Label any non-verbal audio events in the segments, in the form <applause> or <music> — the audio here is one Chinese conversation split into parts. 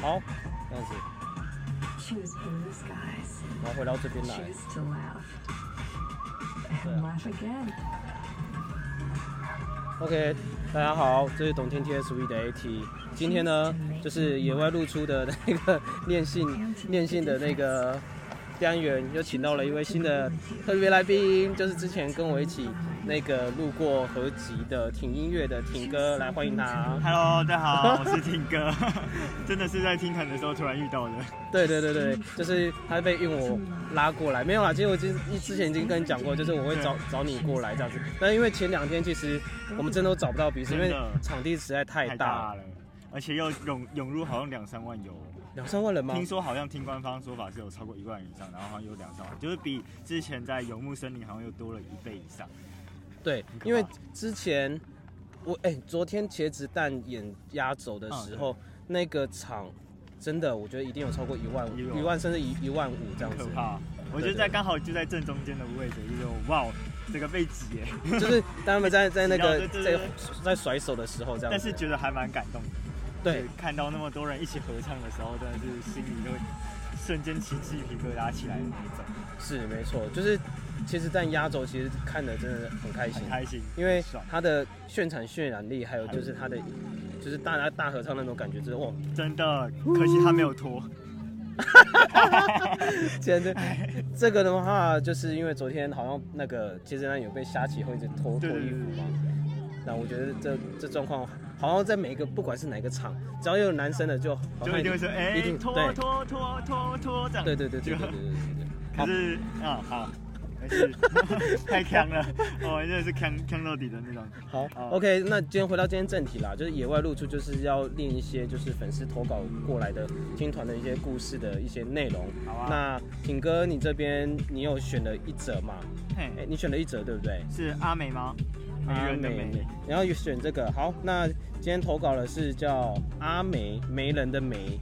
猫这样子， She was in the skies. 然后回到这边来 She，was to <laughs> laugh. And laugh again. OK，大家好，这是董天 TSV 的 AT。今天呢，就是野外露出的那个练性练性的那个单元，又请到了一位新的特别来宾，就是之前跟我一起那个路过合集的听音乐的听哥，来欢迎他。 Hello，大家好，我是听哥， <laughs> 真的是在听团的时候突然遇到的。对对对对，就是他被运我拉过来，没有啦，其实我已经之前已经跟你讲过，就是我会嗯找找你过来这样子。但因为前两天其实我们真的都找不到彼此，因为真的场地实在太大了，了，而且又涌涌入好像两三万有，两三万人吗？听说好像听官方说法是有超过一万以上，然后好像有两三万，就是比之前在游牧森林好像又多了一倍以上。对很可，怕因为之前我哎、昨天茄子蛋演压轴的时嗯候，那个场真的，我觉得一定有超过一万也有五、一万甚至一一万五这样可子，怕！我觉得在刚好就在正中间的位置，就是哇，整个被挤耶，就是当他们 <laughs> 在在那个对对在对在甩手的时候这样但子是，觉得还蛮感动的。对，看到那么多人一起合唱的时候，真的是心里就会瞬间起鸡皮疙瘩起来的那种，是没错，就是茄子蛋压轴其实看的真的很开心很，开心。啊因为爽它的炫产渲染力，还有就是它的就是大家大合唱那种感觉，就是 <laughs> 哇，真的，可惜他没有脱。真的，哎这个的话，就是因为昨天好像那个杰森丹有被虾起后一直脱脱对对衣对服嘛，那我觉得这这状况好像在每一个不管是哪一个场，只要有男生的就好就像一定会说，哎、一定脱对脱脱脱脱这样。对对对对对对对就对对，可好，是啊，好，还是太坑了，我们真的是坑坑到底的那种。好好，OK，那今天回到今天正题啦，就是野外露出就是要练一些就是粉丝投稿过来的听团的一些故事的一些内容。好啊那挺哥，你这边你有选了一则嘛？嘿哎、，你选了一则对不对？是阿美吗？美阿人的美美，，然后选这个好。那今天投稿的是叫阿梅媒人的梅，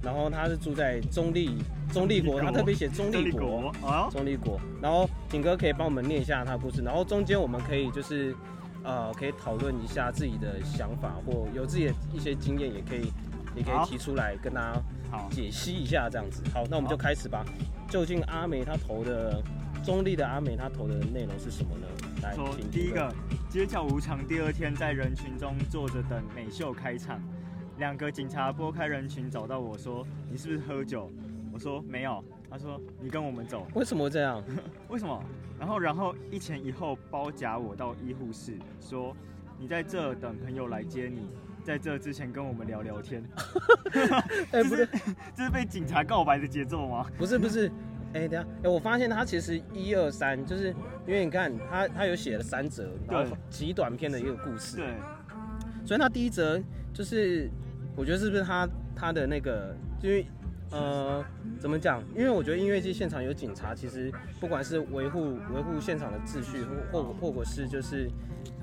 然后他是住在中立中立国，他啊特别写中立国，哦，中立国。然后景哥可以帮我们念一下他的故事，然后中间我们可以就是呃可以讨论一下自己的想法或有自己的一些经验，也可以也可好以提出来跟大家好，解析一下这样子。好，那我们就好开始吧。究竟阿梅她投的中立的阿梅她投的内容是什么呢？来，说请第一景哥个街角无常，第二天在人群中坐着等美秀开唱，两个警察拨开人群找到我说：“你是不是喝酒？”我说：“没有。”他说：“你跟我们走。”为什么会这 <laughs> 样？为什么？然后然后一前一后包夹我到医护室，说你在这等朋友来接你，在这之前跟我们聊聊天。哎、这不对是， <laughs> 这是被警察告白的节 <laughs> 奏吗？不是，不是，哎、等一下，哎、我发现他其实一二三，就是因为你看他他有写了三则，然后对极短篇的一个故事，对，所以他第一则就是，我觉得是不是他他的那个，因为呃怎么讲？因为我觉得音乐季现场有警察，其实不管是维护维护现场的秩序，或或或者是就是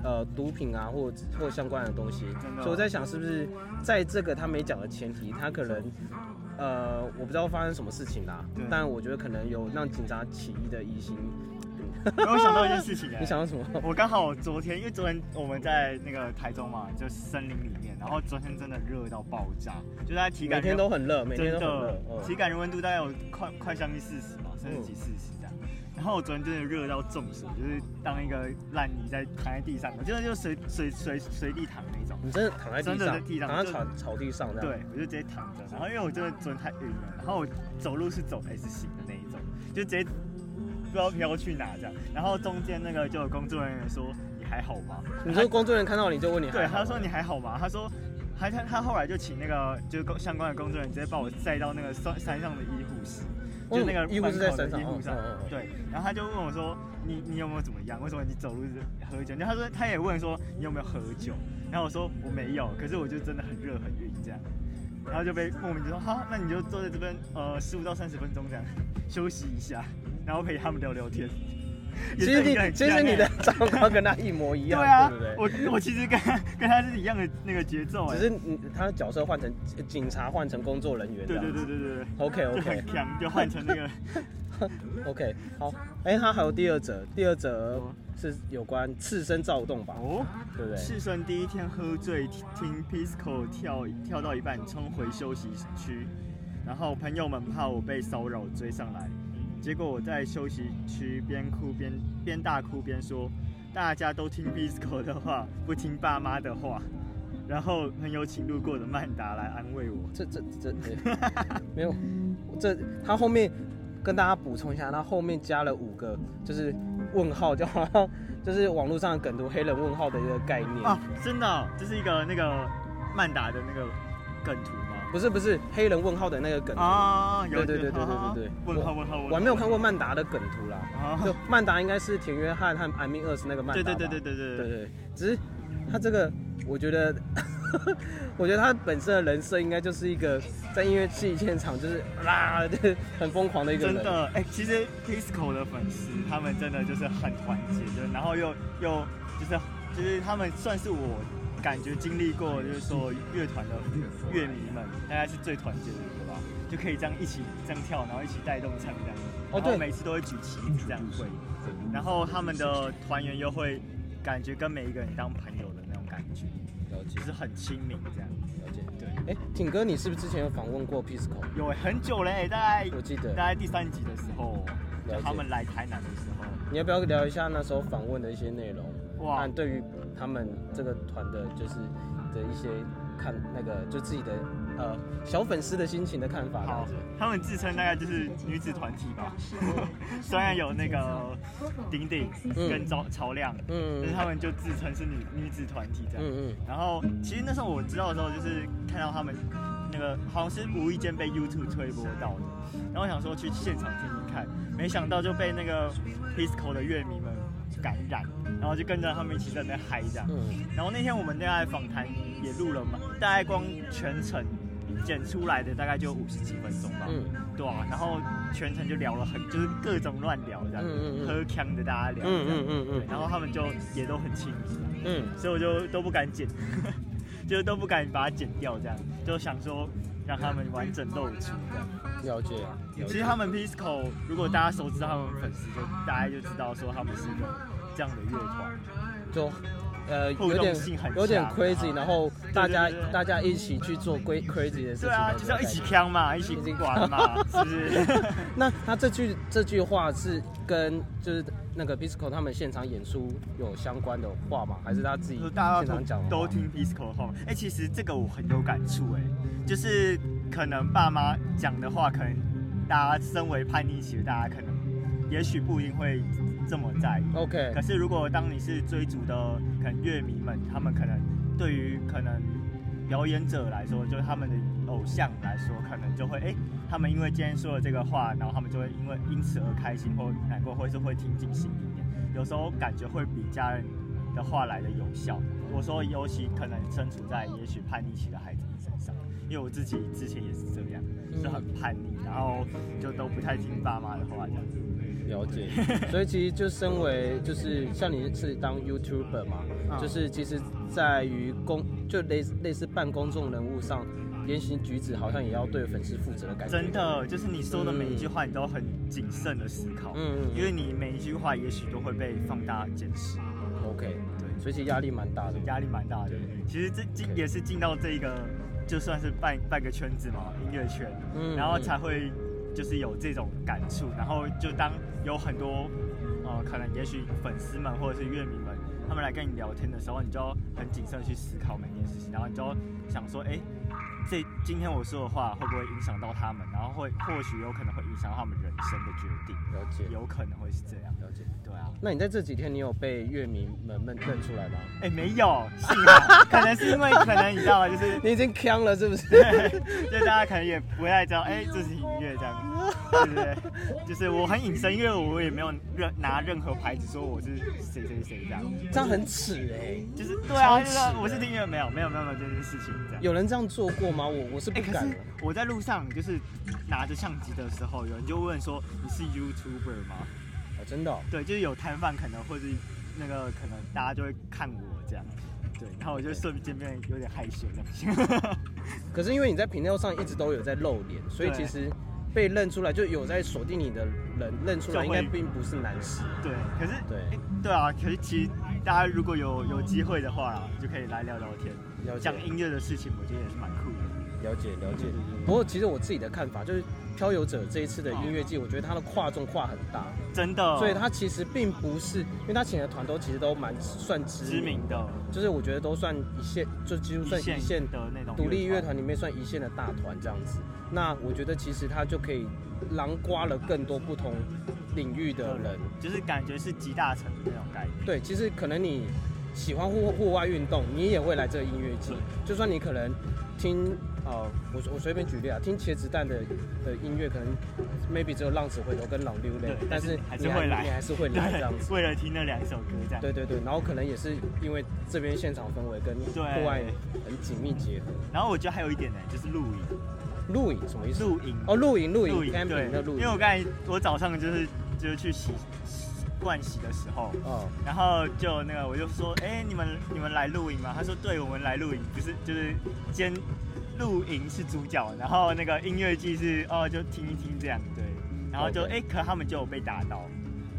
呃毒品啊，或或相关的东西，真的所以我在想，是不是在这个他没讲的前提，他可能呃我不知道发生什么事情啦对，但我觉得可能有让警察起疑的疑心。我想到一件事情、哎你想到什么？我刚好昨天，因为昨天我们在那个台中嘛，就森林里面，然后昨天真的热到爆炸，就在体每感天热都很热，每天真都很的热，，哦嗯体感温度大概有快快将近四十吧，三十几四十这样。然后我昨天真的热到中暑，就是当一个烂泥在躺在地上，我真的就随随随随地躺那种。你真的躺在地真的在上，地上躺在就草草地上这样。对，我就直接躺着，然后因为我真的昨天太晕了，然后我走路是走 S 型的那一种，就直接不知道飘去哪这样。然后中间那个就有工作人员说：“你还好吗？”你说工作人员看到你就问你对，还好吗，他说你还好吗？他说，还他他后来就请那个就是工相关的工作人员直接把我载到那个山山上的医护室，哦就那个医护是在门口山的上医护上哦哦哦。对，然后他就问我说，你你有没有怎么样？为什么你走路是喝酒？然后他说他也问说你有没有喝酒？然后我说我没有，可是我就真的很热很晕这样。然后就被莫名就说哈，那你就坐在这边呃十五到三十分钟这样休息一下，然后陪他们聊聊天。 <laughs> 其也实是一个你很其实香你欸的状况跟他一模一样，对啊对不对？，我我其实跟他跟他是一样的那个节奏哎、只是你他的角色换成警察，换成工作人员这对样对子。对对对对， OK 就 OK， <laughs> 很强，就换成那个 OK，好，哎、它还有第二则，第二则是有关次生躁动吧，哦，对不对？赤神第一天喝醉，听 Pisco 跳跳到一半，冲回休息区，然后朋友们怕我被骚扰追上来，结果我在休息区边哭边边大哭边说，大家都听 Pisco 的话，不听爸妈的话。然后朋友请路过的曼达来安慰我，这这这、哎没有，这他后面跟大家补充一下，他后面加了五个就是问号，就好像就是网络上的梗图黑人问号的一个概念。啊，真的哦、这是一个那个曼达的那个梗图吗？不是不是黑人问号的那个梗图，啊，有对对对对对对对问号问号问号，我还没有看过曼达的梗图啦。啊，就曼达应该是田约翰和安命二世那个曼达对吧。对对对对对对对，对，只是他这个，我觉得， <laughs> 我觉得他本身的人设应该就是一个在音乐剧现场就是啦，就是 <laughs> 很疯狂的一个真人。的，哎、其实 Pisco 的粉丝他们真的就是很团结，就然后又又就是就是他们算是我感觉经历过，就是说乐团的乐迷们大概是最团结的一个吧，就可以这样一起这样跳，然后一起带动唱这样，哦然后对每次都会举旗子这样挥，然后他们的团员又会感觉跟每一个人当朋友的那种感觉，了解就是很亲民这样，了解。对，哎，挺哥，你是不是之前有访问过 Pisco？有、很久嘞、大概我记大得，概第三集的时候，了就解他们来台南的时候，你要不要聊一下那时候访问的一些内容？哇那，对于他们这个团的，就是的一些看那个就自己的呃小粉丝的心情的看法。好了解，他们自称大概就是女子团体吧， <laughs> 虽然有那个顶顶跟曹曹亮，嗯但是他们就自称是女女子团体这样。嗯嗯，然后其实那时候我知道的时候，就是看到他们那个好像是无意间被 YouTube 推播到的，然后我想说去现场听听看，没想到就被那个 Pisco 的乐迷们感染，然后就跟着他们一起在那边嗨这样。嗯然后那天我们恋爱访谈也录了嘛，大概光全程剪出来的大概就五十几分钟吧，嗯对啊，然后全程就聊了很，就是各种乱聊这样，嗯嗯嗯喝腔的大家聊这样，嗯嗯嗯对，嗯然后他们就也都很亲密，嗯，所以我就都不敢剪， <laughs> 就是都不敢把它剪掉这样，就想说让他们完整露出这样。嗯了解。了其解实他们 Pisco，如果大家熟知他们粉丝，就大家就知道说他们是一个这样的乐团，就呃互有动点性很强有点 crazy，然后大家对对对大家一起去做 cra- crazy 的事情。对啊，就是要一起。扛嘛，一起玩嘛，是不是？ <laughs> 那他这句这句话是跟就是那个 Bisco 他们现场演出有相关的话吗？还是他自己就大现家场讲的话都都听 Pisco 的话。哎、其实这个我很有感触，哎，就是可能爸妈讲的话，可能大家身为叛逆期的大家，可能也许不一定会这么在意。 ？OK，可是如果当你是追逐的可能乐迷们，他们可能对于可能表演者来说，就是他们的偶像来说，可能就会哎、诶他们因为今天说了这个话，然后他们就会因为因此而开心或难过，或是会听进心里面。有时候感觉会比家人的话来的有效。我说，尤其可能身处在也许叛逆期的孩子们身上，因为我自己之前也是这样，就是很叛逆，然后就都不太听爸妈的话这样子。了解。 <laughs> 所以其实就身为就是像你是当 YouTuber 嘛，嗯就是其实在于公就类似类似办公众人物上，言行举止好像也要对粉丝负责的感觉。真的，就是你说的每一句话，你都很谨慎的思考，嗯，嗯因为你每一句话也许都会被放大检视，嗯 OK，对，所以其实压力蛮大的。压力蛮大的。其实这进也是进到这个，就算是半半个圈子嘛，音乐圈，嗯然后才会就是有这种感触，然后就当有很多呃，可能也许粉丝们或者是乐迷们，他们来跟你聊天的时候，你就要很谨慎去思考每件事情，然后你就要想说，哎、这今天我说的话会不会影响到他们，然后会或许有可能会影响到他们人生的决定，了解，有可能会是这样，了解。对啊。那你在这几天，你有被乐迷们们认出 <laughs> 来吗？哎、没有，幸 <laughs> 好，可能是因为可能你知道吗？就是你已经呛了是不是？ <laughs> 就大家可能也不太知道，哎、这是音乐这样，对不对？就是我很隐身，因为我也没有任拿任何牌子说我是谁谁谁这样，这样很耻哎、就是对超啊，就耻是的我是听音乐没有没有没有没有这件事情这样。有人这样做过吗？我我是哎、不可敢是的。我在路上就是拿着相机的时候，有人就问说你是 YouTuber 吗？哦，真的哦、对，就是有摊贩可能或者那个可能大家就会看我这样，对，然后我就瞬间变得有点害羞这样。 <laughs> 可是因为你在频道上一直都有在露脸，所以对其实被认出来，就有在锁定你的人认出来，就应该会并不是难事。对，可是对诶对啊，可是其实大家如果有有机会的话啦，就可以来聊聊天，了解讲，音乐的事情，我觉得也是蛮酷的。了解，了解。嗯不过其实我自己的看法就是，《漂游者》这一次的音乐哦季，我觉得它的跨重跨很大，真的，所以它其实并不是，因为它请的团都其实都蛮算知知名，名的就是我觉得都算一线，就几乎算一线的那种独立乐团里面算一线的大团这样子。那我觉得其实它就可以囊括了更多不同领域的人。，就是感觉是集大成的那种感觉。对，其实可能你喜欢户户外运动，你也会来这个音乐季对。就算你可能听呃，我我随便举例啊，听茄子蛋的的音乐，可能 maybe 只有浪子回头跟老六类对，但是但是还是你会来你还是会来这样子。 <laughs> 对，为了听那两首歌这样。对对对，然后可能也是因为这边现场氛围跟对户外很紧密结合。然后我觉得还有一点呢，就是露营，露营什么意思？露营，哦，露营露营露营，对 camping 的，露因营为。我刚才我早上就是就是去洗洗盥洗的时候，哦，然后就那个我就说，哎、你们你们来露营吗？他说，对，我们来露营，不是就是兼露营是主角，然后那个音乐季是哦，就听一听这样，对，然后就哎 OK 可他们就有被打到，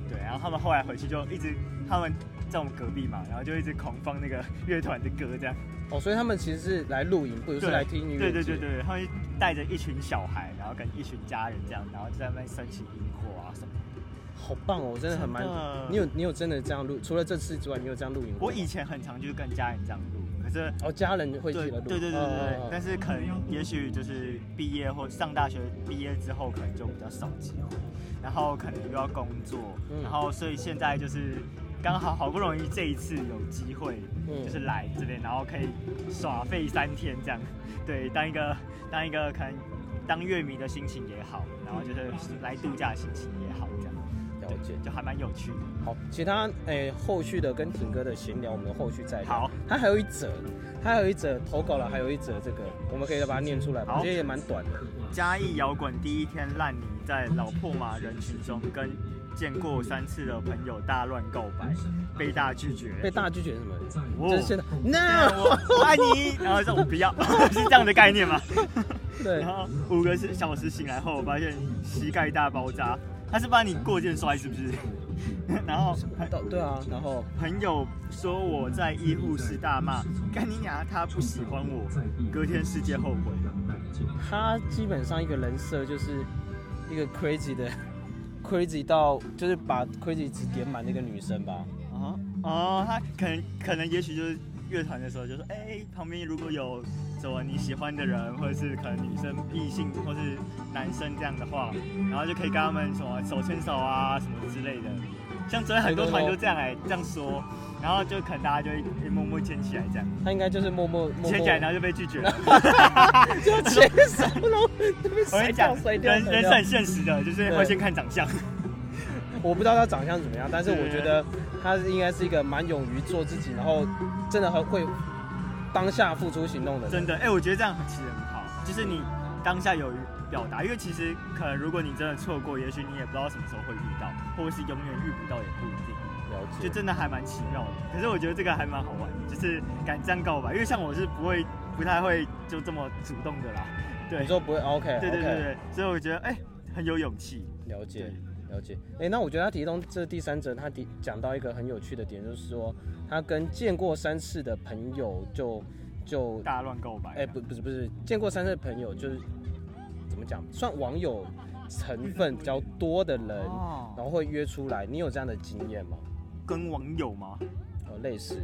对，然后他们后来回去就一直他们在我们隔壁嘛，然后就一直狂放那个乐团的歌这样，哦，所以他们其实是来露营，不是对来听音乐对对节对对，他们就带着一群小孩，然后跟一群家人这样，然后就在那边升起萤火啊什么的。好棒哦，真的很蛮真的。你有你有真的这样录？除了这次之外，你有这样录影过吗？我以前很常就是跟家人这样录，可是哦，家人会一起对来对录，对对对对哦，但是可能也许就是毕业或上大学毕业之后，可能就比较少机会，然后可能又要工作，嗯然后所以现在就是刚好好不容易这一次有机会，嗯就是来这边，然后可以耍废三天这样，对，当一个当一个可能当乐迷的心情也好，然后就是来度假的心情也好，这样了解。就还蛮有趣的。好，其他诶、后续的跟挺哥的闲聊，我们后续再聊。好，他还有一则，他还有一则投稿了，还有一则这个，我们可以把它念出来吧，好这也蛮短的。嘉义摇滚第一天，烂泥在老破马人群中跟见过三次的朋友大乱告白，被大拒绝。被大家拒绝是什么？哦就是 <laughs> 现在但 no，我我爱你，然后说哦我不要， <laughs> 是这样的概念吗？ <laughs> 对然，后五个小时醒来后，发现膝盖大包扎，他是把你过肩摔是不 <laughs> 是？然后到对啊，然后朋友说我在医护室大骂，干你娘，他不喜欢我，隔天世界后悔。他基本上一个人设就是一个 crazy 的 crazy 到就是把 crazy 值点满的一个女生吧。哦哦，他可能可能也许就是乐团的时候就说，哎、旁边如果有什么你喜欢的人，或者是可能女生、异性或是男生这样的话，然后就可以跟他们什么手牵手啊什么之类的。像昨天很多团就这样哦哎、这样说，然后就可能大家就会哎默默牵起来 <laughs> 这样，他应该就是默默默默牵起来然后就被拒绝了。就牵手，然后就被我跟甩你掉讲，甩掉人甩人掉是很。现实的，就是会先看长相。我不知道他长相怎么样，但是我觉得他应该是一个蛮勇于做自己，然后真的很会当下付出行动的人。真的，哎、我觉得这样其实很好，就是你当下有表达，因为其实可能如果你真的错过，也许你也不知道什么时候会遇到，或者是永远遇不到也不一定，了就解，真的还蛮奇妙的。可是我觉得这个还蛮好玩，就是敢这样告白，因为像我是不会、不太会就这么主动的啦，对你，说不会 OK？对对对对 OK，对，所以我觉得哎、很有勇气，了解对。了解，哎、那我觉得他提供这第三者，他提讲到一个很有趣的点，就是说他跟见过三次的朋友就就大乱告白，啊哎、不，不是不是，见过三次的朋友就是怎么讲，算网友成分比较多的人，哦然后会约出来。你有这样的经验吗？跟网友吗？哦，类似。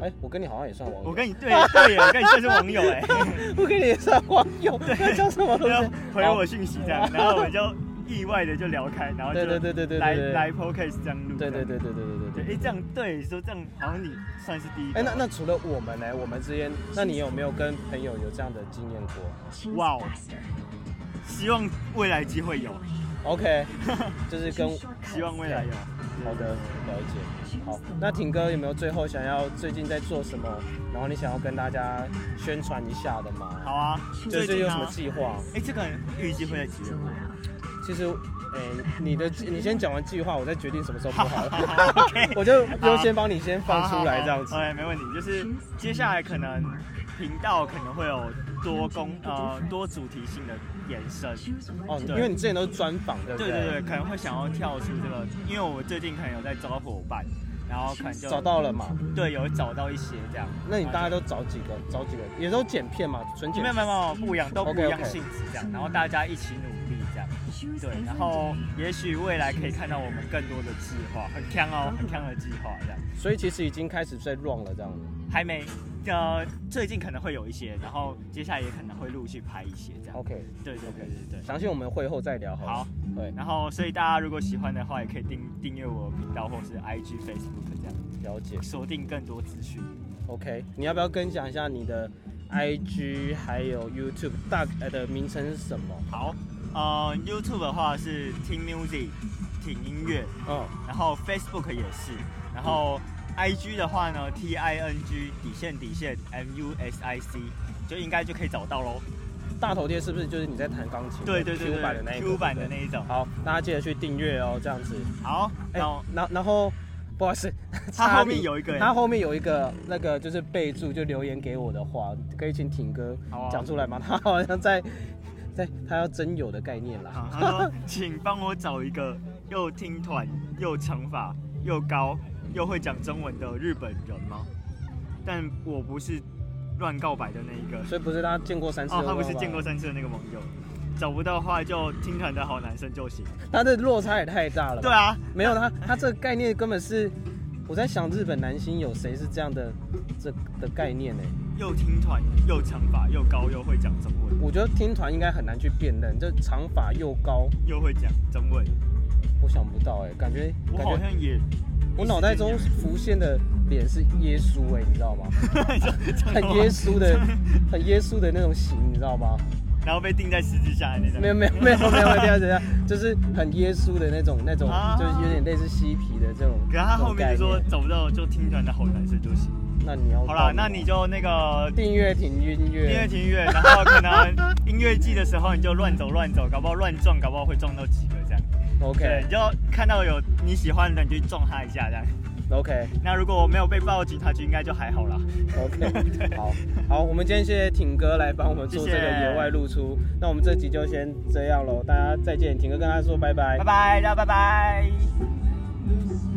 哎、我跟你好像也算网友，我跟你对对耶，我跟你算是网友哎、 <laughs> 我跟你也算网 <laughs> 友，啊那叫什么东然后西？回我讯息这样，然后我就意外的就聊开，然后就对对对对对对来对来 podcast 这样录，对对对对对对对，啊对对。哎这样对，说这样好像你算是第一个，哎、那那除了我们呢？我们之间，那你有没有跟朋友有这样的经验过哇哦，希望未来机会有， ？OK，就是 <laughs> 跟希望未来有，好的了解。好，那挺哥有没有最后想要最近在做什么？然后你想要跟大家宣传一下的吗？好啊，最最近近有啊什么计划？哎这个预计会在几月播？其实，哎、你的你先讲完计划，我再决定什么时候播好 <laughs> 了。 OK，啊我就优先帮你先放出来这样子。哎，没问题，就是接下来可能频道可能会有多功呃多主题性的延伸。哦，对因为你之前都是专访，对不对对对，可能会想要跳出这个，因为我最近可能有在招伙伴，然后可能就找到了嘛？对有找到一些这样。那你大概都找几个？找几个？也都剪片嘛，纯剪没有没有没有不一样，都不 OK，OK 一样性质这样，然后大家一起努力这样。对，然后也许未来可以看到我们更多的计划，很强哦，很强的计划这样。所以其实已经开始在 run 了这样子。还没，呃，最近可能会有一些，然后接下来也可能会陆续拍一些这样。 OK，对对对对对。详细我们会后再聊好了。好，对，然后所以大家如果喜欢的话，也可以订订阅我的频道或是 IG、Facebook 这样，了解。锁定更多资讯。 OK，你要不要跟讲一下你的 IG 还有 YouTube 大呃的名称是什么？好，呃，YouTube 的话是听 music，听音乐，嗯，然后 Facebook 也是，然后 IG 的话呢，T I N G 底线底线 M U S I C 就应该就可以找到喽。大头贴是不是就是你在弹钢琴？对对对 Q 版的那一对个，Q 版的对不对那一种。好，大家记得去订阅哦，这样子。好，哎、那我然然后不好意 <laughs> 思，它插后你面有一个，他后面有一个那个就是备注，就留言给我的话，可以请挺哥好啊讲出来吗？ <laughs> 他好像在在他要真有的概念啦。好，他说请帮我找一个又听团又长发又高又会讲中文的日本人吗？但我不是乱告白的那一个。所以不是他见过三次哦，他的不是话见过三次的那个盟友，找不到的话就听团的好男生就行。他的落差也太大了。对，啊，没有他他这个概念根本是我在想日本男星有谁是这样的这的概念欸呢、又听团又长发又高又会讲中文，我觉得听团应该很难去辨认，就长发又高，又会讲中文，我想不到哎、感觉我感好觉像也我脑袋中浮现的脸是耶稣哎、你知道吗？很耶稣的，很耶稣的那种型，你知道吗？然后被钉在十字架的那种。没有没有没有没有没有，等一下就是很耶稣的那种那种啊，就是有点类似嬉皮的这种。可是他后面这就说种找不到就听团的好男生就行。概念，那你要好啦，那你就那个订阅挺音音乐乐，听音乐，然后可能音乐季的时候你就乱走乱走，搞不好乱撞，搞不好会撞到几个这样。对， OK 你就看到有你喜欢的，你就撞他一下这样。 OK 那如果我没有被报警察局，应该就还好啦。 OK，好好，我们今天谢谢挺哥来帮我们做这个谢谢野外露出，那我们这集就先这样喽，大家再见，挺哥跟他说拜拜拜。拜，大家拜拜。 Listen